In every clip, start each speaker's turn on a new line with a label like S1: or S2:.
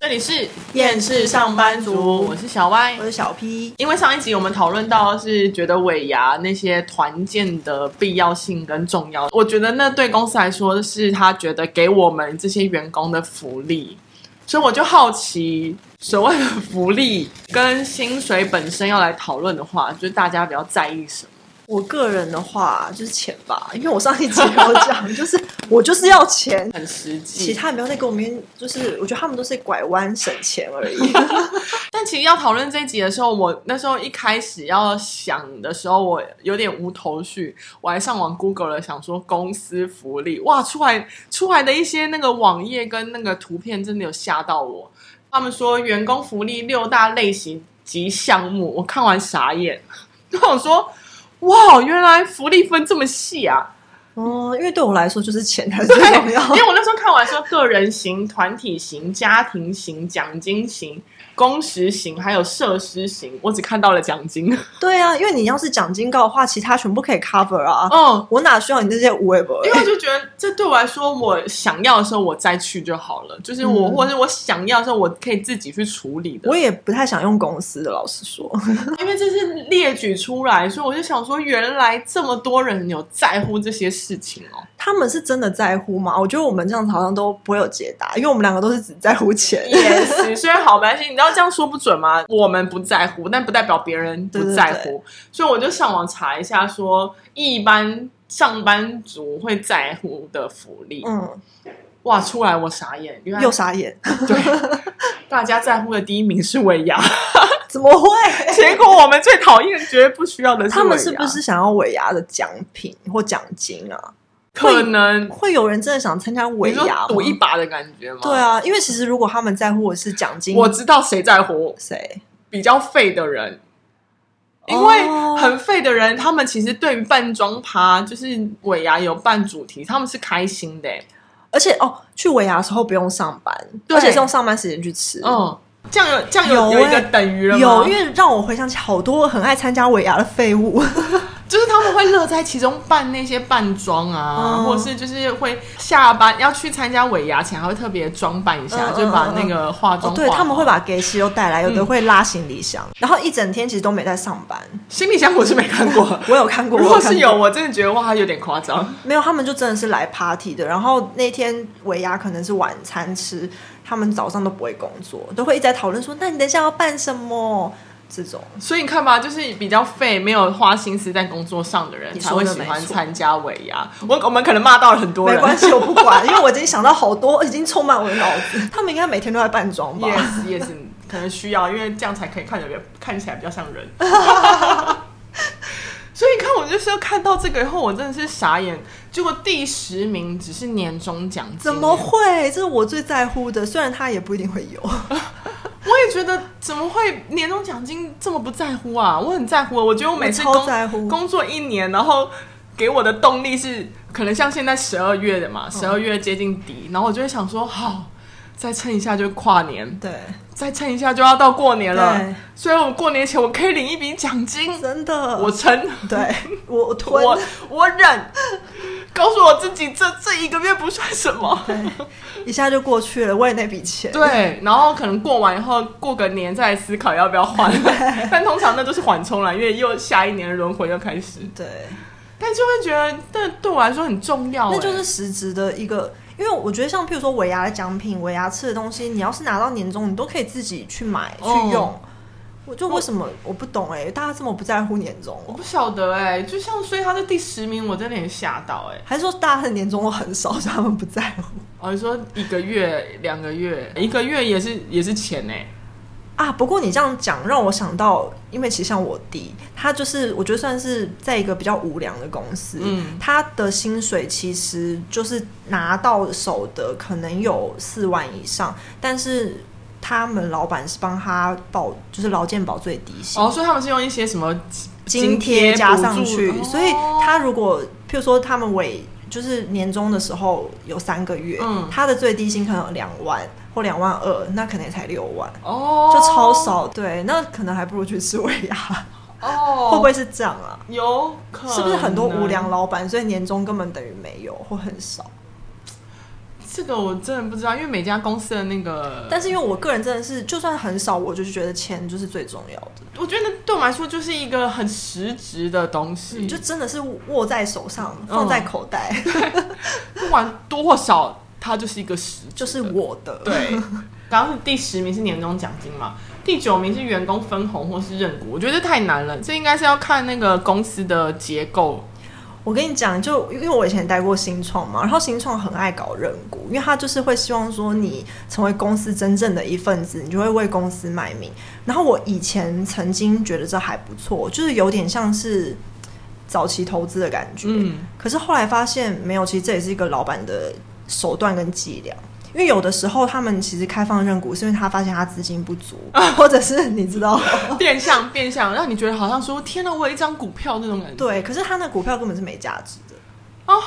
S1: 这里是
S2: 厌世上班族
S1: 我是小歪
S2: 我。是小 P，
S1: 因为上一集我们讨论到是觉得尾牙那些团建的必要性跟重要，我觉得那对公司来说是他觉得给我们这些员工的福利，所以我就好奇所谓的福利跟薪水本身要来讨论的话，就是大家比较在意什么？
S2: 我个人的话就是钱吧，因为我上一集有 讲，就是我就是要钱，
S1: 很实际，
S2: 其他人不要再跟我们，就是我觉得他们都是拐弯省钱 而已。
S1: 但其实要讨论这一集的时候，我那时候一开始要想的时候，我有点无头绪，我还上网 Google 了，想说公司福利，哇，出来出来的一些那个网页跟那个图片真的有吓到我。他们说员工福利六大类型及项目，我看完傻眼， 我想说，哇，原来福利分这么细啊！
S2: 哦、因为对我来说就是钱才是最重要
S1: 因。为我那时候看完说，个人型、团体型、家庭型、奖金型、工时型，还有设施型，我只看到了奖金。
S2: 对啊，因为你要是奖金高的话，其他全部可以 cover 啊。
S1: 嗯，
S2: 我哪需要你这些无微博？
S1: 哦因为我就觉得这对我来说，我想要的时候我再去就好了，就是我、
S2: 嗯
S1: 或者是我想要的时候，我可以自己去处理的
S2: 我。也不太想用公司的，老实说。
S1: 因为这是列举出来，所以我就想说，原来这么多人有在乎这些事情哦。
S2: 他们是真的在乎吗？我觉得我们这样子好像都不会有解答，因为我们两个都是只在乎钱。
S1: 也是， 虽然好担心，你知道这样说不准吗？我们不在乎，但不代表别人不在乎。
S2: 对
S1: 所以我就上网查一下说，一般上班族会在乎的福利。
S2: 嗯，
S1: 哇，出来我傻眼，原来
S2: 又傻眼，
S1: 对，大家在乎的第一名是尾牙，
S2: 怎么会？
S1: 结果我们最讨厌、觉得不需要的是
S2: 他们
S1: 尾
S2: 是
S1: 牙
S2: 不是想要尾牙的奖品或奖金啊？
S1: 可能
S2: 会有人真的想参加尾
S1: 你说
S2: 牙吗
S1: 赌一把的感觉吗？
S2: 对，啊，因为其实如果他们在乎的是奖金，
S1: 我知道谁在乎，
S2: 谁？
S1: 比较废的人。因
S2: 哦
S1: 为很废的人，他们其实对于扮装趴，就是尾牙有办主题，他们是开心的欸、
S2: 而且哦，去尾牙的时候不用上班，
S1: 对
S2: 而且是用上班时间去吃。
S1: 嗯，这样有这样有
S2: 有
S1: 有一个
S2: 欸
S1: 等于了吗？
S2: 有，因为让我回想起好多很爱参加尾牙的 废物。
S1: 就是他们会乐在其中扮那些扮装啊，
S2: 嗯
S1: 或者是就是会下班要去参加尾牙前还会特别装扮一下，
S2: 嗯嗯
S1: 就把那个化妆、
S2: 哦，对，他们会把给西都带来，有的
S1: 嗯
S2: 会拉行李箱，然后一整天其实都没在上 班。，
S1: 行李箱我是没看过
S2: 我有看过，
S1: 如
S2: 我
S1: 果
S2: 看
S1: 是
S2: 过
S1: 有，我真的觉得哇，有点夸张。
S2: 没有，他们就真的是来 party 的。然后那天尾牙可能是晚餐吃，他们早上都不会工作，都会一直在讨论说，那你等一下要办什么？这种
S1: 所以你看吧，就是比较废、没有花心思在工作上的人，
S2: 你
S1: 才
S2: 说
S1: 会
S2: 的
S1: 喜欢
S2: 没错
S1: 参加尾牙。我我们可能骂到了很多
S2: 没
S1: 人，
S2: 关系，我不管，因为我已经想到好多，已经充满我的脑子。他们应该每天都在扮装吧
S1: Yes Yes，可能需要，因为这样才可以看着比较看起来比较像人。 所以你看，我就是看到这个以后，我真的是傻眼。结果第十名只是年终奖金，
S2: 怎么？会？这是我最在乎的，虽然他也不一定会有。
S1: 我也觉得怎么会年终奖金这么不在乎啊？我很在乎啊，我觉得我每次
S2: 我超
S1: 工
S2: 在乎
S1: 工作一年，然后给我的动力是，可能像现在十二月的
S2: 嗯
S1: 嘛，十二月接近底，然后我就会想说，好，再撑一下就跨年，
S2: 对，
S1: 再撑一下就要到过年了
S2: 对，
S1: 所以我过年前我可以领一笔奖金，
S2: 真的，
S1: 我撑，
S2: 对我我吞。
S1: 我我忍，告诉我自己这这一个月不算什么。
S2: 对，一下就过去了，为了那笔钱。
S1: 对，然后可能过完以后过个年再来思考要不要 换，但通常那都是缓冲了，因为又下一年的轮回又开始，
S2: 对，
S1: 但就会觉得，但对我来说很重要、欸，
S2: 那就是实质的一个，因为我觉得像譬如说尾牙的奖品、尾牙吃的东西，你要是拿到年终，你都可以自己去买、
S1: 嗯
S2: 去用。我就为什么我不懂哎、大家这么不在乎年终
S1: 我
S2: 哦，
S1: 不晓得哎、就像所以他在第十名，我真的也吓到哎、
S2: 还是说大家的年终都很少，所以他们不在乎
S1: 哦，你说一个月、两个月，一个月也是也是钱哎、
S2: 啊？不过你这样讲让我想到，因为其实像我弟，他就是我觉得算是在一个比较无良的公司，
S1: 嗯
S2: 他的薪水其实就是拿到手的可能有四万以上，但是他们老板是帮他报，就是劳健保最低薪，
S1: 哦，所以他们是用一些什么
S2: 津贴加上
S1: 补
S2: 去，
S1: 助
S2: 所以
S1: 哦
S2: 他如果譬如说他们尾就是年终的时候有三个月，
S1: 嗯
S2: 他的最低薪可能有两万或两万二，那可能也才六万。
S1: 哦，
S2: 就超少，对，那可能还不如去吃尾牙，
S1: 哦，
S2: 会不会是这样啊？
S1: 有可能？
S2: 是不是很多无良老板，所以年终根本等于没有或很少？
S1: 这个我真的不知道，因为每家公司的那个，
S2: 但是因为我个人真的是，就算很少，我就是觉得钱就是最重要的，
S1: 我觉得对我来说就是一个很实质的东西，
S2: 嗯就真的是握在手上，
S1: 嗯
S2: 放在口袋，
S1: 不管多或少，它就是一个实质的。
S2: 就是我的。
S1: 对，然后是第十名是年终奖金嘛，第九名是员工分红或是认股，我觉得这太难了，这应该是要看那个公司的结构。
S2: 我跟你讲，就因为我以前待过新创嘛，然后新创很爱搞认股，因为他就是会希望说你成为公司真正的一份子，你就会为公司卖命。然后我以前曾经觉得这还不错，就是有点像是早期投资的感觉。
S1: 嗯，
S2: 可是后来发现没有，其实这也是一个老板的手段跟伎俩。因为有的时候他们其实开放认股，是因为他发现他资金不足，或者是你知道，
S1: 变相变相，让你觉得好像说天哪，我有一张股票那种感觉。
S2: 对。可是他那股票根本是没价值的。
S1: 哦，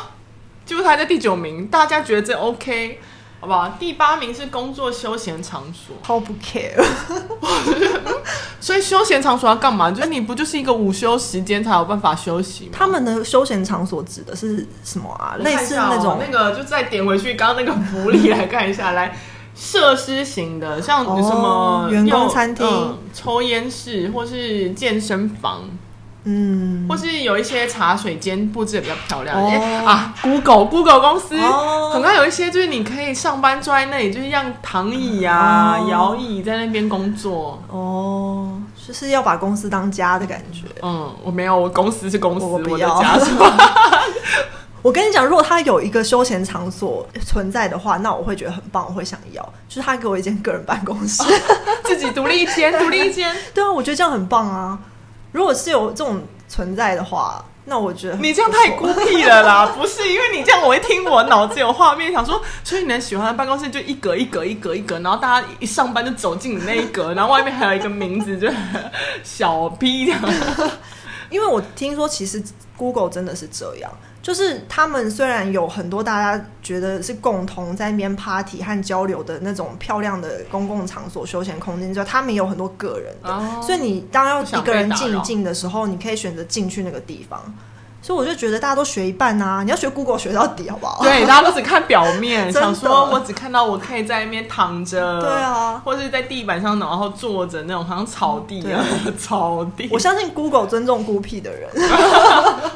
S1: 就是排在第九名，大家觉得这 OK，好不好？第八名是工作休闲场所，
S2: 超不 care，
S1: 所以休闲场所要干嘛？就是你不就是一个午休时间才有办法休息吗？
S2: 他们的休闲场所指的是什么啊？
S1: 我
S2: 类
S1: 看一
S2: 似
S1: 下哦
S2: 那种
S1: 那个，就再点回去刚刚那个福利来看一下，来设施型的，像
S2: 哦
S1: 什么
S2: 员工
S1: 幼
S2: 餐厅
S1: 嗯抽烟室或是健身房。
S2: 嗯，
S1: 或是有一些茶水间布置的比较漂亮，
S2: 哦
S1: 因为啊，Google Google 公司、
S2: 哦
S1: 很快有一些就是你可以上班坐在那里，就是像躺椅啊、
S2: 哦
S1: 摇、椅在那边工作。
S2: 哦，就是要把公司当家的感觉。
S1: 嗯，我没有，我公司是公司，
S2: 我
S1: 我
S2: 不
S1: 的
S2: 要
S1: 家是 吧？
S2: 我跟你讲，如果他有一个休闲场所存在的话，那我会觉得很棒，我会想要。就是他给我一间个人办公 室，
S1: 自己独立一间，独立一间。
S2: 对啊，我觉得这样很棒啊。如果是有这种存在的话，那我觉得很
S1: 你这样
S2: 不错
S1: 太孤僻了啦， 不是？因为你这样，我一听我脑子有画面，想说，所以你能喜欢的办公室就一格一格一格一格，然后大家一上班就走进你那一格，然后外面还有一个名字，就是小 P 这样。
S2: 因为我听说，其实 Google 真的是这样，就是他们虽然有很多大家觉得是共同在那边 party 和交流的那种漂亮的公共场所、休闲空间之外，他们也有很多个人的。
S1: 哦
S2: 所以你当要
S1: 不想
S2: 一个人
S1: 被打扰
S2: 静静的时候，你可以选择进去那个地方。所以我就觉得大家都学一半啊，你要学 Google 学到底，好不好？
S1: 对，啊大家都只看表面，
S2: 真的
S1: 想说我只看到我可以在那边躺着，
S2: 对啊
S1: 或是在地板上，然后坐着那种好像草地啊，草地。
S2: 我相信 Google 尊重孤僻的人。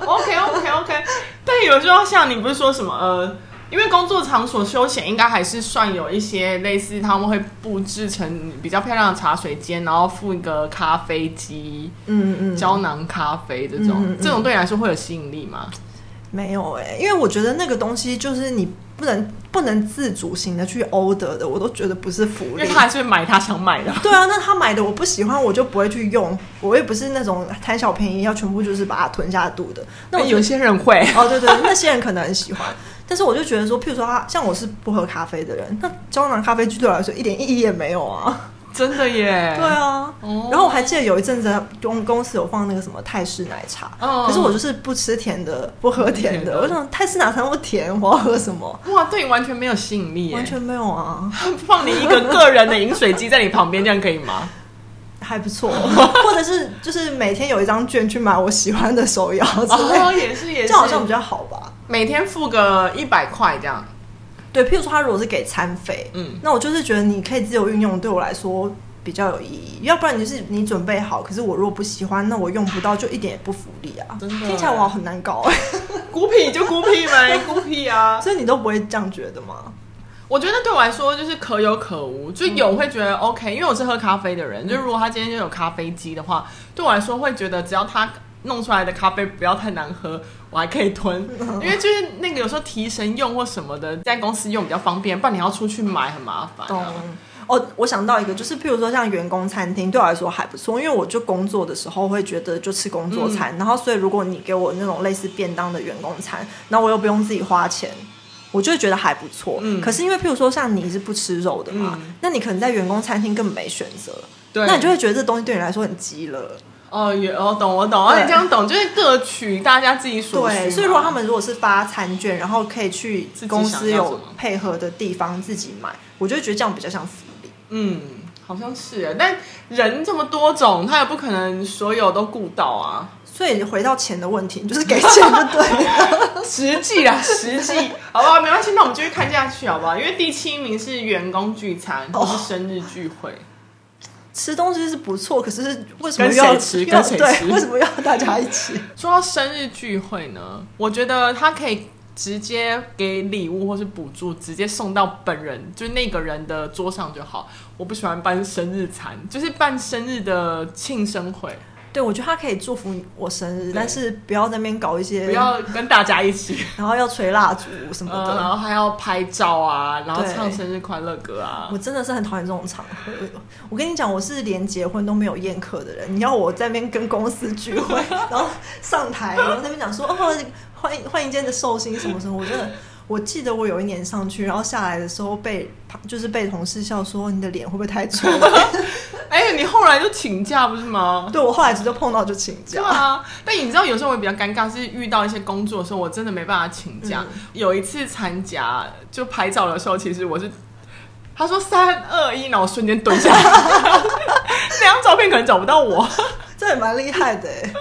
S1: OK OK OK，但有时候像你不是说什么呃，因为工作场所休闲应该还是算有一些类似他们会布置成比较漂亮的茶水间，然后附一个咖啡机、
S2: 嗯嗯，
S1: 胶囊咖啡这种，
S2: 嗯嗯嗯
S1: 这种对你来说会有吸引力吗？
S2: 没有哎、因为我觉得那个东西就是你不能不能自主型的去 order 的，我都觉得不是福
S1: 因
S2: 利
S1: 为。他还是会买他想 买的。
S2: 对啊，那他买的我不喜欢，我就不会去用，我也不是那种贪小便宜要全部就是把它吞下肚的。那
S1: 那
S2: 我就
S1: 哎有些人会，
S2: 哦，对对，那些人可能很喜欢，但是我就觉得说，譬如说他像我是不喝咖啡的人，那胶囊咖啡对我来说一点意义也没有啊。
S1: 真的耶。
S2: 对啊，
S1: 哦
S2: 然后我还记得有一阵子公公司有放那个什么泰式奶茶，
S1: 嗯
S2: 可是我就是不吃甜的，不喝甜
S1: 不吃甜
S2: 的。
S1: 的
S2: 我想泰式奶茶那么甜，我要喝什么？
S1: 哇，对你完全没有吸引力耶，
S2: 完全没有 啊，
S1: 放你一个个人的饮水机在你旁边，这样可以 吗？
S2: 还 不错。或者是就是每天有一张券去买我喜欢的手摇之类的，
S1: 哦， 也是也是，
S2: 这样好像比较好吧？
S1: 每天付个一百块这样，
S2: 对，譬如说他如果是给餐费，
S1: 嗯，
S2: 那我就是觉得你可以自由运用，对我来说比较有意义。要不然你就是你准备好，可是我如果不喜欢，那我用不到，就一点也不福利啊。
S1: 真的
S2: 听起来我好很难搞哎、
S1: 孤僻就孤僻 呗，孤僻啊。
S2: 所以你都不会这样觉得吗？
S1: 我觉得对我来说就是可有可无，就有会觉
S2: 嗯
S1: 得 OK，因为我是喝咖啡的人，就如果他今天就有咖啡机的话，对我来说会觉得只要他弄出来的咖啡不要太难喝，我还可以 吞，因为就是那个有时候提神用或什么的，在公司用比较方便，不然你要出去买很麻烦、
S2: 懂
S1: 啊。。
S2: 哦，我想到一个，就是譬如说像员工餐厅，对我来说还不错，因为我就工作的时候会觉得就吃工作餐，然后所以如果你给我那种类似便当的员工餐，然后我又不用自己花钱。我就会觉得还不错，
S1: 嗯
S2: 可是因为譬如说像你是不吃肉的嘛，
S1: 嗯
S2: 那你可能在员工餐厅根本没选择，
S1: 对，
S2: 那你就会觉得这东西对你来说很鸡了。
S1: 哦，也哦，懂我懂，哦，
S2: 对
S1: 你这样懂，就是各取大家自己所需嘛。
S2: 对，所以如果他们如果是发餐券，然后可以去
S1: 自己
S2: 公
S1: 想
S2: 司
S1: 要什
S2: 有
S1: 么
S2: 配合的地方自己买，我就会觉得这样比较像福利。
S1: 嗯，好像是耶，但人这么多种，他也不可能所有都顾到啊。
S2: 所以回到钱的问题，你就是给钱就对 了。
S1: 实际啊，实际，好不好？没关系，那我们继续看下去，好不好？因为第七名是员工聚餐，不是生日聚会。
S2: 吃东西是不错，可是为什么
S1: 跟谁
S2: 要
S1: 吃
S2: 要
S1: 跟谁吃
S2: 对？为什么要大家一起？
S1: 说到生日聚会呢，我觉得他可以直接给礼物或是补助，直接送到本人，就是那个人的桌上就好。我不喜欢办生日餐，就是办生日的庆生会，
S2: 对，我觉得他可以祝福我生日，
S1: 对
S2: 但是不要在那边搞一些，
S1: 不要跟大家一起。
S2: 然后要吹蜡烛什么
S1: 呃，
S2: 的。
S1: 然后还要拍照啊，然后
S2: 嗯对
S1: 唱生日快乐歌啊
S2: 我。真的是很讨厌这种场合。我跟你讲，我是连结婚都没有宴客的人。你要我在那边跟公司聚会，然后上台，然后在那边讲说哦，欢迎欢迎今天的寿星什么什么，我真的。我记得我有一年上去，然后下来的时候被就是被同事笑说你的脸会不会太丑？啊
S1: 哎、你后来就请假不是吗？
S2: 对我后来直接碰到就请
S1: 对
S2: 假。
S1: 啊，但你知道有时候我也比较尴尬，是遇到一些工作的时候，我真的没办法请假。有一次参加就拍照的时候，其实我是他说三二一，然后我瞬间 蹲下来，那张照片可能找不到我，
S2: 这也蛮厉害的欸，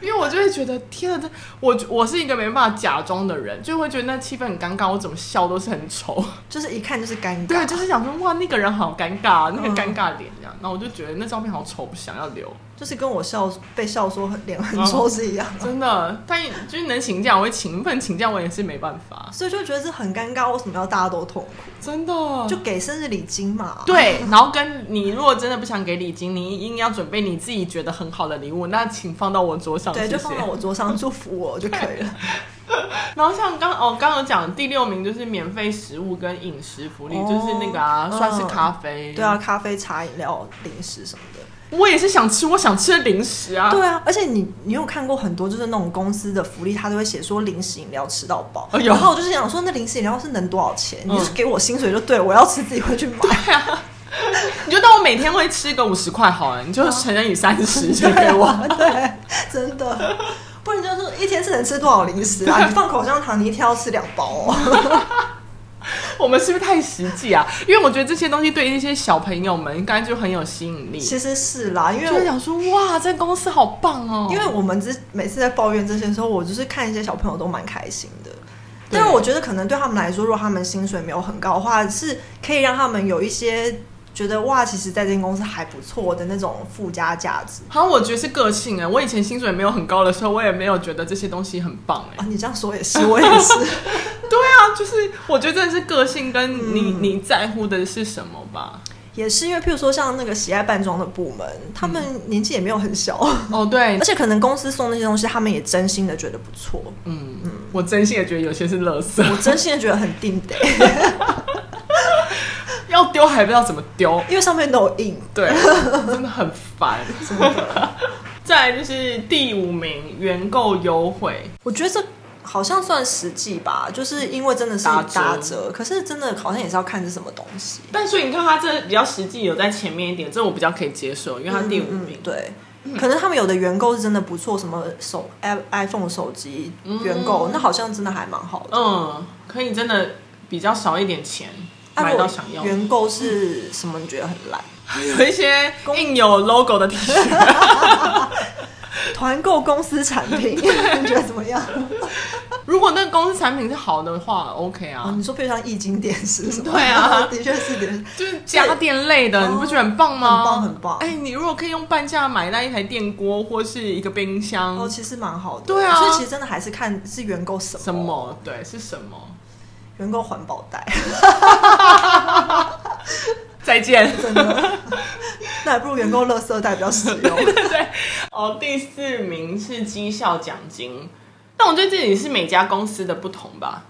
S1: 因为我就会觉得天啊，这我我是一个没办法假装的人，就会觉得那气氛很尴尬，我怎么笑都是很丑。
S2: 就是一看就是尴尬。
S1: 对，啊就是想说哇，那个人好尴尬，那个
S2: 嗯
S1: 尴尬脸这样。然后我就觉得那照片好丑，不想要留，
S2: 就是跟我笑被笑说很脸
S1: 嗯
S2: 很臭是一样的，
S1: 真的。但就是能请假我会请，不能请假我也是没办法，
S2: 所以就觉得这很尴尬。为什么要大家都痛苦？
S1: 真的。
S2: 就给生日礼金嘛。
S1: 嗯对，然后跟你如果真的不想给礼金，你硬要准备你自己觉得很好的礼物，那请放到我桌上，
S2: 对，
S1: 谢
S2: 就
S1: 谢
S2: 放到我桌上祝福我就可以了。
S1: 然后像刚哦，刚刚有讲第六名就是免费食物跟饮食福利，
S2: 哦
S1: 就是那个啊，
S2: 嗯
S1: 算是咖啡。
S2: 对啊，，咖啡、茶、饮料、零食什么的。
S1: 我也是想吃我想吃的零食啊。
S2: 对啊，而且你你有看过很多就是那种公司的福利，他都会写说零食饮料吃到饱。
S1: 哎呦
S2: 然后我就是想说，那零食饮料是能多少钱？
S1: 嗯
S2: 你就是给我薪水就对，我要吃自己会去买。啊
S1: 你就当我每天会吃个五十块好了，你就乘以三十就给我。
S2: 对，真的，不然就是一天是能吃多少零食啊？你放口香糖，你一天要吃两包 哦。
S1: 我们是不是太实际啊？因为我觉得这些东西对一些小朋友们应该就很有吸引力，
S2: 其实是啦，因为
S1: 就会想说哇，这公司好棒哦。
S2: 因为我们只每次在抱怨这些时候，我就是看一些小朋友都蛮开心的。
S1: 对
S2: 但是我觉得可能对他们来说，如果他们薪水没有很高的话，是可以让他们有一些觉得哇，其实在这间公司还不错的那种附加价值。
S1: 好像我觉得是个性哎、我以前薪水没有很高的时候，我也没有觉得这些东西很棒哎、
S2: 啊，你这样说也 是，我也是。
S1: 对啊，就是我觉得真的是个性跟你、你在乎的是什么吧。
S2: 也是因为，譬如说像那个喜爱扮装的部门，他们
S1: 嗯
S2: 年纪也没有 很小，
S1: 哦，对
S2: 而，且可能公司送那些东西，他们也真心的觉得不错，
S1: 嗯，我真心也觉得有些是垃圾，
S2: 我真心的觉得很定得，
S1: 要丢还不知道怎么丢，
S2: 因为上面都有印。
S1: 对，真的很烦。
S2: 真的，
S1: 再来就是第五名，原购优惠，
S2: 我觉得这好像算实际吧，就是因为真的是
S1: 打
S2: 打
S1: 折
S2: 折，可是真的好像也是要看是什么东西。
S1: 但所以你看他这比较实际，有在前面一点，这我比较可以接受，因为他第五
S2: 嗯
S1: 名。
S2: 对。可能他们有的员购是真的不错，什么手 i iPhone 手机员购，那好像真的还蛮好的。
S1: 嗯，可以真的比较少一点钱
S2: 啊
S1: 买到
S2: 我
S1: 想要的。
S2: 员购是什么？你觉得很烂？
S1: 有一些印有 logo 的 T 恤，嗯
S2: 团购公司产 品，你觉得怎么样？
S1: 如果那个公司产品是好的话，OK
S2: 啊
S1: 啊，
S2: 你，说譬如像易经电视什么？
S1: 对啊
S2: 的确是的确是。
S1: 就是家电类的，
S2: 对哦
S1: 你不觉得很棒吗？
S2: 很棒很棒
S1: 哎、你如果可以用半价买那一台电锅或是一个冰箱，
S2: 哦，其实蛮好的。
S1: 对啊
S2: 所以其实真的还是看是员购什么，
S1: 什么？对，是什么？
S2: 员工环保袋，
S1: 再 见。
S2: 真的，那还不如员工垃圾袋比较实用。
S1: 哦，第四名是绩效奖金，但我觉得这也是每家公司的不同吧。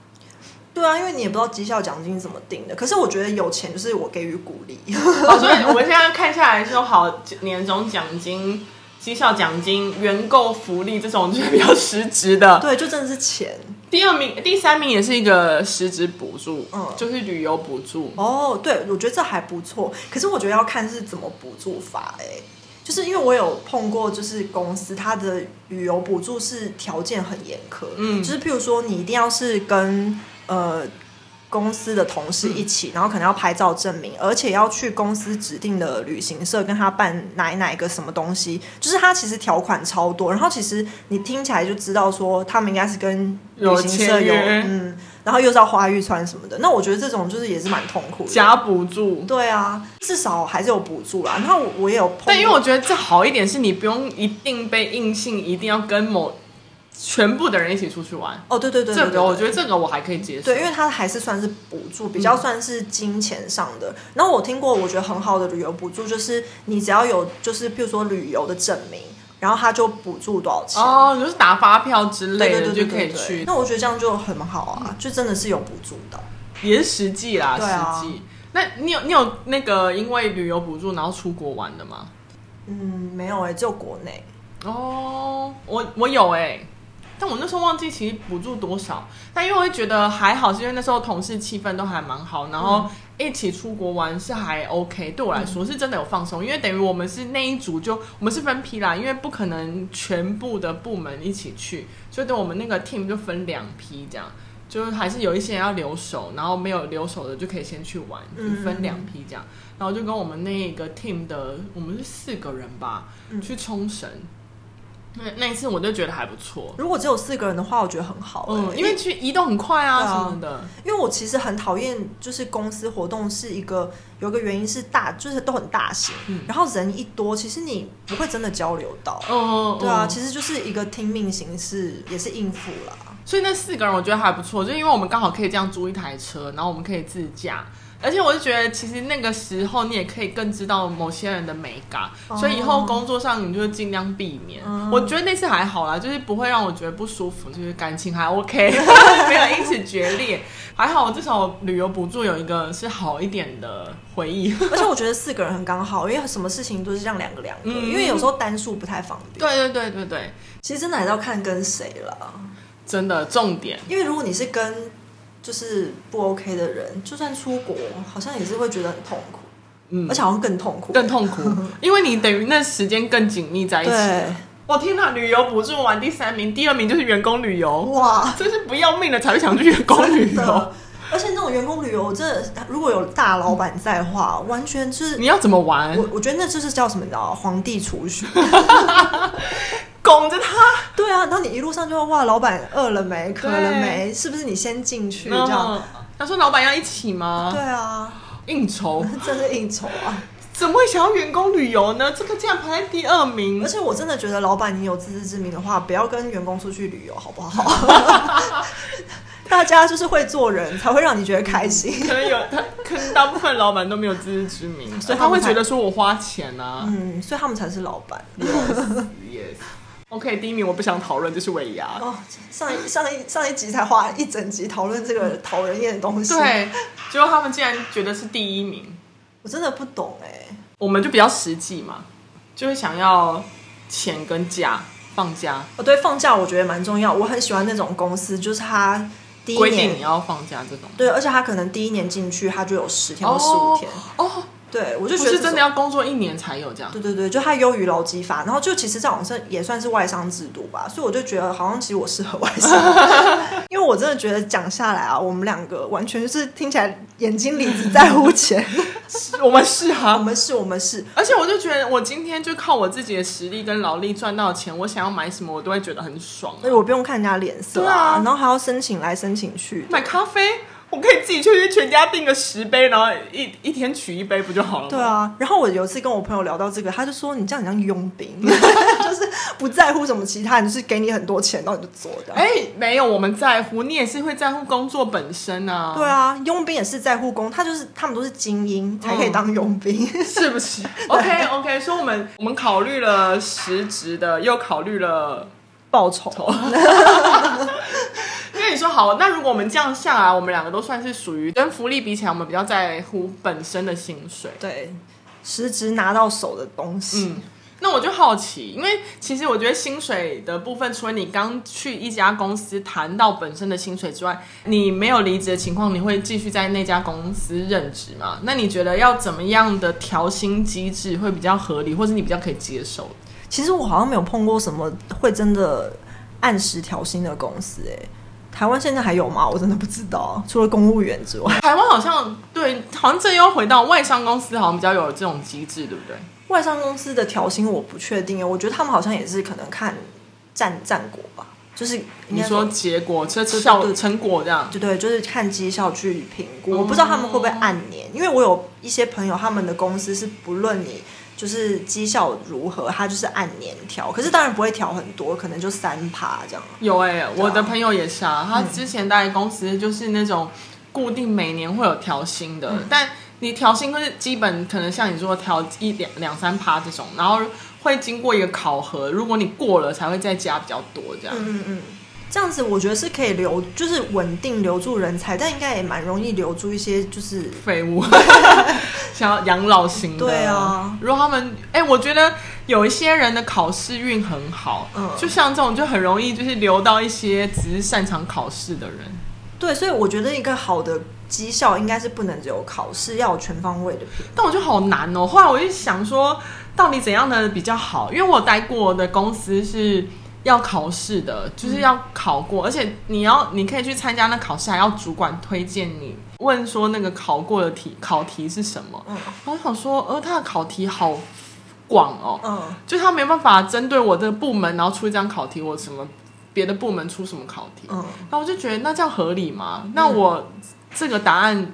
S2: 对啊，因为你也不知道绩效奖金怎么定的。可是我觉得有钱就是我给予鼓励，
S1: 好，所以我们现在看下来说，好，年终奖金、绩效奖金、员购福利这种就是比较实质的。
S2: 对，就真的是钱
S1: 第二名、第三名也是一个实质补助，
S2: 嗯
S1: 就是旅游补助。
S2: 哦。对，我觉得这还不错。可是我觉得要看是怎么补助法哎、就是因为我有碰过，就是公司它的旅游补助是条件很严苛，
S1: 嗯
S2: 就是譬如说你一定要是跟呃公司的同
S1: 嗯
S2: 事一起，然后可能要拍照证明，而且要去公司指定的旅行社跟他办哪哪一个什么东西，就是他其实条款超多，然后其实你听起来就知道说他们应该是跟旅
S1: 有
S2: 行社
S1: 签
S2: 有
S1: 约
S2: 嗯，然后又是要花玉川什么的，那我觉得这种就是也是蛮痛苦的，
S1: 加补助。
S2: 对啊，至少还是有补助啦。然后我我也有碰过，
S1: 但因为我觉得这好一点是你不用一定被硬性一定要跟某全部的人一起出去玩，
S2: 哦，对对对对
S1: 这
S2: 对，
S1: 个我觉得这个我还可以接受。
S2: 对，因为它还是算是补助，比较算是金钱上的。然后我听过，我觉得很好的旅游补助就是你只要有，就是比如说旅游的证明，然后他就补助多少钱。
S1: 哦，就是打发票之
S2: 对
S1: 类
S2: 对
S1: 的
S2: 对
S1: 就可
S2: 对对
S1: 以
S2: 对，
S1: 去，
S2: 那我觉得这样就很好啊，就真的是有补助的。
S1: 也是实际啦，
S2: 对啊
S1: 实际。那你有你有那个因为旅游补助然后出国玩的吗？
S2: 嗯，没有哎、只有国内。
S1: 哦，我我有哎、但我那时候忘记其实补助多少，但因为我会觉得还好，是因为那时候同事气氛都还蛮好，然后一起出国玩是还 OK，对我来说是真的有放松，因为等于我们是那一组就我们是分批啦，因为不可能全部的部门一起去，所以对我们那个 team 就分两批这样。就是还是有一些人要留守，然后没有留守的就可以先去玩，
S2: 嗯
S1: 就分两批这样。然后就跟我们那个 team 的，我们是四个人吧，
S2: 嗯
S1: 去冲绳。那那一次我就觉得还不错，
S2: 如果只有四个人的话，我觉得很好、欸。
S1: 嗯，因为去移动很快啊
S2: 对啊
S1: 什么的，
S2: 因为我其实很讨厌，就是公司活动是一个有一个原因是大，就是都很大型，
S1: 嗯
S2: 然后人一多，其实你不会真的交流到。
S1: 嗯，
S2: 对啊，
S1: 嗯
S2: 其实就是一个听命行事，也是应付啦。
S1: 所以那四个人我觉得还不错，就因为我们刚好可以这样租一台车，然后我们可以自驾，而且我就觉得其实那个时候你也可以更知道某些人的美感，
S2: 哦
S1: 所以以后工作上你就尽量避免。
S2: 嗯
S1: 我觉得那次还好啦，就是不会让我觉得不舒服，就是感情还 OK，没有因此决裂，还好我至少旅游补助有一个是好一点的回忆。
S2: 而且我觉得四个人很刚好，因为什么事情都是这样两个两个，
S1: 嗯
S2: 因为有时候单数不太方便。，
S1: 对对对对对，
S2: 其实真的还是要看跟谁啦，
S1: 真的重点。
S2: 因为如果你是跟就是不 OK 的人，就算出国，好像也是会觉得很痛苦，
S1: 嗯
S2: 而且好像更痛苦。
S1: 更痛 苦，因为你等于那时间更紧密在一起。
S2: 对，
S1: 我天哪，旅游补助完第三名，第二名就是员工旅游，
S2: 哇，
S1: 真是不要命了才会想去员工旅
S2: 真的
S1: 游。。
S2: 而且那种员工旅游，真的如果有大老板在的话，完全是
S1: 你要怎么玩？
S2: 我我觉得那就是叫什么，你知道吗皇帝储蓄。
S1: 拱着他，
S2: 对啊，然后你一路上就会哇，老板饿了没，渴了
S1: 对
S2: 没，是不是你先进去这样？
S1: 嗯他说：“老板要一起
S2: 对
S1: 吗？
S2: 啊，
S1: 应酬
S2: 这是应酬啊！
S1: 怎么会想要员工旅游呢？这个竟然排在第二名
S2: 而，且我真的觉得，老板你有自知之明的话，不要跟员工出去旅游，好不好？ 大家就是会做人，才会让你觉得开心。
S1: 可能有他，可能大部分老板都没有自知之明，所以
S2: 他
S1: 他
S2: 们
S1: 会
S2: 才
S1: 觉得说我花钱 啊。
S2: 嗯，所以他们才是老板
S1: yes yes。OK，第一名我不想讨论，就是尾牙。
S2: 哦。上一上一上一集才花一整集讨论这个讨人厌的东西，
S1: 对，结果他们竟然觉得是第一名，
S2: 我真的不懂哎、
S1: 我们就比较实际嘛，就会想要钱跟假放假，
S2: 哦，对，放假我觉得蛮重要，我很喜欢那种公司，就是他第一
S1: 规定
S2: 年
S1: 你要放假这种。
S2: 对，而且他可能第一年进去，他就有十天或十五天。
S1: 哦，哦
S2: 对，我就
S1: 不
S2: 觉
S1: 是
S2: 得这
S1: 真的
S2: 种。
S1: 要工作一年才有这样。
S2: 对对对，就他优于劳基法，然后就其实这种是也算是外商制度吧，所以我就觉得好像其实我适合外 商，因为我真的觉得讲下来啊，我们两个完全就是听起来眼睛里只在 乎钱，
S1: 我们是
S2: 我
S1: 啊，
S2: 们是，我们是，
S1: 而且我就觉得我今天就靠我自己的实力跟劳力赚到钱，我想要买什么我都会觉得很爽、啊
S2: 所以我不用看人家脸色
S1: 对啊
S2: 然后还要申请来申请去，
S1: 买咖啡，我可以自己去全家订个十杯，然后一一天取一杯不就好了吗？
S2: 对啊，然后我有一次跟我朋友聊到这个，他就说你这样很像佣兵， 就是不在乎什么其他，你就是给你很多钱，然后你就做的。
S1: 哎、没有，我们在乎，你也是会在乎工作本身啊，
S2: 对啊，佣兵也是在护工，他就是他们都是精英才可以当佣兵。
S1: 是不是？OK OK，所以我们我们考虑了实职的，又考虑了
S2: 报酬
S1: 因为你说好，那如果我们这样下来，我们两个都算是属于跟福利比起来，我们比较在乎本身的薪水。
S2: 对，实质拿到手的东西，
S1: 嗯，那我就好奇，因为其实我觉得薪水的部分，除了你刚去一家公司谈到本身的薪水之外，你没有离职的情况，你会继续在那家公司任职吗？那你觉得要怎么样的调薪机制会比较合理，或者你比较可以接受？
S2: 其实我好像没有碰过什么会真的按时调薪的公司、哎，台湾现在还有吗？我真的不知道，除了公务员之外，
S1: 台湾好像对，好像这又回到外商公司，好像比较有这种机制，对不对？
S2: 外商公司的调薪我不确定，我觉得他们好像也是可能看战战果吧，就是应
S1: 你
S2: 该
S1: 说结果，这效
S2: 对
S1: 成果这样，
S2: 对对，就是看绩效去评估。
S1: 哦
S2: 我不知道他们会不会按年，因为我有一些朋友，他们的公司是不论你就是绩效如何，他就是按年调，可是当然不会调很多，可能就三趴这样。
S1: 有哎、我的朋友也是啊，他之前待的公司就是那种固定每年会有调薪的，但你调薪就是基本可能像你说的调一两两三趴这种，然后会经过一个考核，如果你过了才会再加比较多这样。
S2: 嗯嗯嗯，这样子我觉得是可以留，就是稳定留住人才，但应该也蛮容易留住一些就是
S1: 废 物，想要养老型的。
S2: 对啊，
S1: 如果他们，哎、我觉得有一些人的考试运很好，
S2: 嗯
S1: 就像这种就很容易就是留到一些只是擅长考试的人。
S2: 对，所以我觉得一个好的绩效应该是不能只有考试，要有全方位的评。
S1: 但我觉得好难哦。后来我就想说，到底怎样的比较好？因为我待过的公司是要考试的，就是要考
S2: 嗯
S1: 过，而且你要你可以去参加那考试，还要主管推荐你，问说那个考过的题考题是什么。
S2: 嗯
S1: 然后我想说，呃，他的考题好广哦，
S2: 嗯，
S1: 就是他没办法针对我的部门，然后出一张考题，我什么别的部门出什么考题，
S2: 嗯
S1: 然后我就觉得那这样合理吗？那我这个答案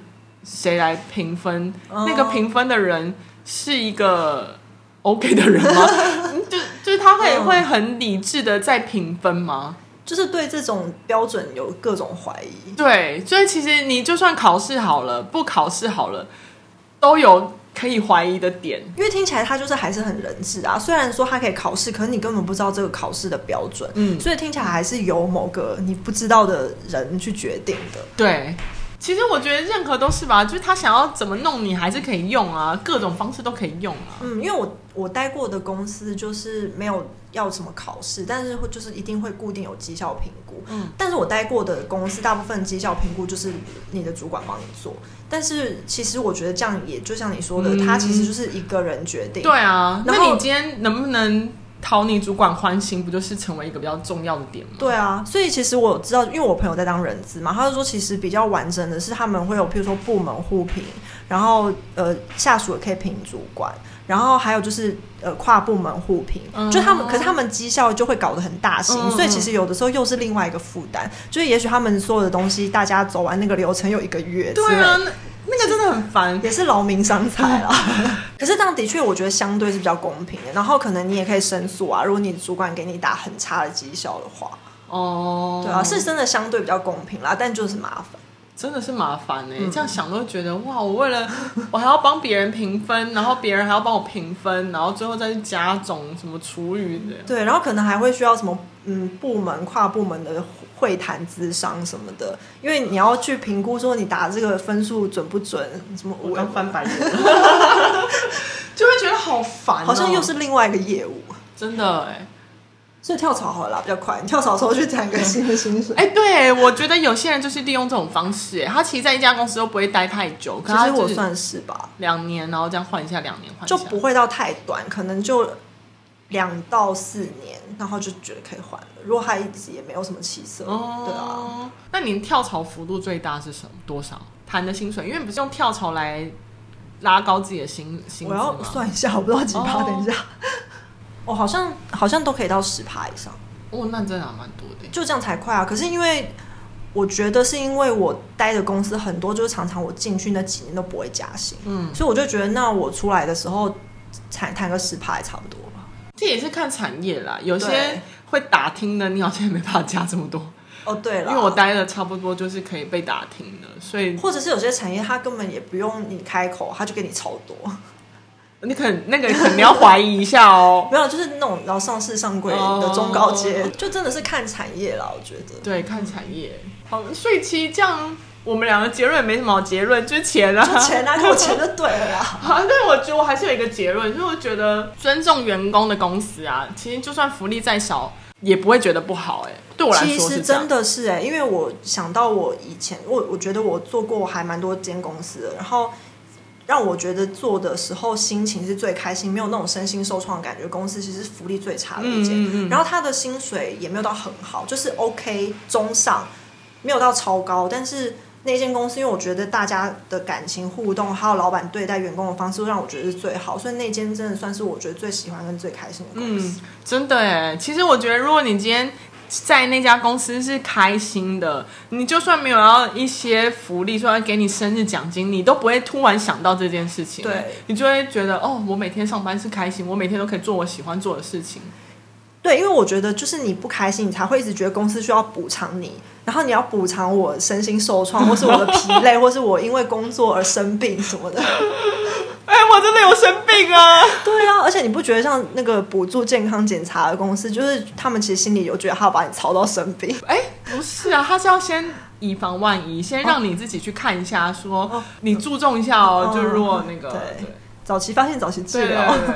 S1: 谁来评分？
S2: 哦
S1: 那个评分的人是一个 OK 的人 吗？嗯就就是他会、
S2: 嗯
S1: 会很理智的在评分吗？
S2: 就是对这种标准有各种怀疑。
S1: 对，所以其实你就算考试好了，不考试好了，都有可以怀疑的点。
S2: 因为听起来他就是还是很人质啊，虽然说他可以考试，可是你根本不知道这个考试的标准，
S1: 嗯
S2: 所以听起来还是由某个你不知道的人去决定的。
S1: 对，其实我觉得任何都是吧，就是他想要怎么弄你，还是可以用啊，各种方式都可以用啊。
S2: 嗯，因为我我待过的公司就是没有要什么考试，但是会就是一定会固定有绩效评估。
S1: 嗯，
S2: 但是我待过的公司大部分绩效评估就是你的主管帮你做，但是其实我觉得这样也就像你说的，
S1: 嗯
S2: 他其实就是一个人决定。
S1: 对啊，那
S2: 然后
S1: 你今天能不能讨你主管欢心，不就是成为一个比较重要的点吗？
S2: 对啊，所以其实我知道，因为我朋友在当人资嘛，他就说其实比较完整的是他们会有，譬如说部门互评，然后呃下属也可以评主管，然后还有就是呃跨部门互评，
S1: 嗯
S2: 就他们可是他们绩效就会搞得很大型，
S1: 嗯嗯
S2: 所以其实有的时候又是另外一个负担，就是也许他们所有的东西大家走完那个流程有一个月之
S1: 对
S2: 类的，
S1: 啊，那那个真的很烦。
S2: 也是劳民伤财啦。 可是这样的确，我觉得相对是比较公平的。然后可能你也可以申诉啊，如果你主管给你打很差的绩效的话，
S1: 哦，
S2: 对啊，是真的相对比较公平啦，但就是麻烦。
S1: 真的是麻烦哎、
S2: 嗯
S1: 这样想都觉得哇，我为了 我还要帮别人评分，然后别人还要帮我评分，然后最后再去加总什么厨余的。
S2: 对，然后可能还会需要什么嗯部门跨部门的会谈、资商什么的，因为你要去评估说你打这个分数准不准，什么
S1: 我
S2: 五
S1: 刚翻白眼， 就会觉得好烦哦、
S2: 好像又是另外一个业务。
S1: 真的哎、
S2: 所以跳槽好了啦，比较快。你跳槽的时候去谈个新的薪水。
S1: 哎、对，我觉得有些人就是利用这种方式，他其实在一家公司都不会待太久，可
S2: 其
S1: 是他
S2: 实我
S1: 就是
S2: 算是吧，
S1: 两年，然后这样换一下，两年换一下，
S2: 就不会到太短，可能就两到四年，然后就觉得可以换了。如果他一直也没有什么起色，
S1: 哦，
S2: 对啊，。
S1: 那你跳槽幅度最大是什么？多少？谈的薪水，因为不是用跳槽来拉高自己的薪薪资
S2: 我
S1: 吗？
S2: 要算一下，我不知道几趴，
S1: 哦
S2: 等一下，我哦好像好像都可以到十趴以上，
S1: 哦，那真的还蛮多的耶。
S2: 就这样才快啊。可是因为我觉得是因为我待的公司很多，就是常常我进去那几年都不会加薪，
S1: 嗯，
S2: 所以我就觉得那我出来的时候谈谈个十趴也差不多吧。
S1: 这也是看产业啦，有些
S2: 对
S1: 会打听的，你好像也没办法加这么多，
S2: 哦，对
S1: 因
S2: 了，
S1: 为我待的差不多就是可以被打听的，所以
S2: 或者是有些产业它根本也不用你开口，它就给你超多。
S1: 你可能那个可能要怀疑一下哦。
S2: 没有，就是那种然后上市上柜的中高阶
S1: 哦
S2: 就真的是看产业啦，我觉得。
S1: 对，看产业。好，所以其实这样，我们两个结论也没什么好结论，就是钱啊，
S2: 就钱啊，给我 钱就对了啦。
S1: 好，但我觉得我还是有一个结论，就是我觉得尊重员工的公司啊，其实就算福利再少，也不会觉得不好、哎，对我来
S2: 其
S1: 说
S2: 实
S1: 是这样
S2: 真。的是哎、因为我想到我以前，我我觉得我做过还蛮多间公司的，然后让我觉得做的时候心情是最开心，没有那种身心受创的感觉。公司其实是福利最差的一间，
S1: 嗯嗯嗯
S2: 然后他的薪水也没有到很好，就是 OK 中上。没有到超高，但是那间公司，因为我觉得大家的感情互动还有老板对待员工的方式，让我觉得是最好，所以那间真的算是我觉得最喜欢跟最开心的公司。
S1: 嗯，真的哎。其实我觉得，如果你今天在那家公司是开心的，你就算没有要一些福利，说要给你生日奖金，你都不会突然想到这件事情。
S2: 对，
S1: 你就会觉得哦，我每天上班是开心，我每天都可以做我喜欢做的事情。
S2: 对，因为我觉得就是你不开心，你才会一直觉得公司需要补偿你，然后你要补偿我身心受创，或是我的疲 累，或是我因为工作而生病什么的。
S1: 哎，我真的有生病啊！
S2: 对啊，而且你不觉得像那个补助健康检查的公司，就是他们其实心里有觉得他要把你操到生病。
S1: 哎，不是啊，他是要先以防万一，先让你自己去看一下，说
S2: 哦
S1: 你注重一下哦。
S2: 哦
S1: 就如果那个
S2: 对早期发现，早期治
S1: 对对
S2: 疗。
S1: 对对，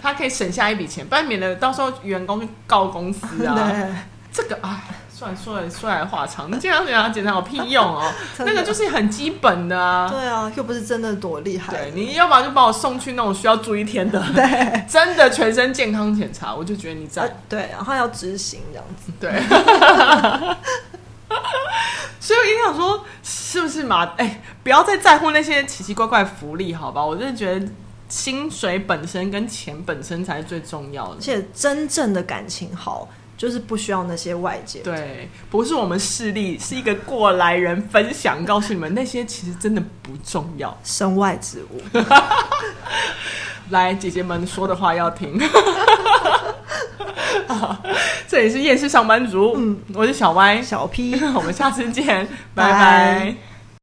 S1: 他可以省下一笔钱，不然免得到时候员工去告公司 啊。
S2: 对，
S1: 这个哎，算了说来说来话长，你这样讲检查有屁用 哦？
S2: 真的
S1: 那个就是很基本的啊。
S2: 对啊，又不是真的多厉害。呃
S1: 对，你要不然就把我送去那种需要住一天的，对， 真的全身健康检查，我就觉得你在
S2: 呃，对，然后要执行这样子。
S1: 对。所以我一定想说，是不是嘛？哎、不要再在乎那些奇奇怪怪的福利，好吧？我真的觉得薪水本身跟钱本身才是最重要
S2: 而
S1: 的。
S2: 且真正的感情好，就是不需要那些外界。
S1: 对，不是我们势力，是一个过来人分享，告诉你们那些其实真的不重要。
S2: 身外之物。
S1: 来，姐姐们说的话要听。好这里是夜市上班族，嗯，我是小歪，
S2: 小 P。
S1: 我们下次见，拜
S2: 拜
S1: 拜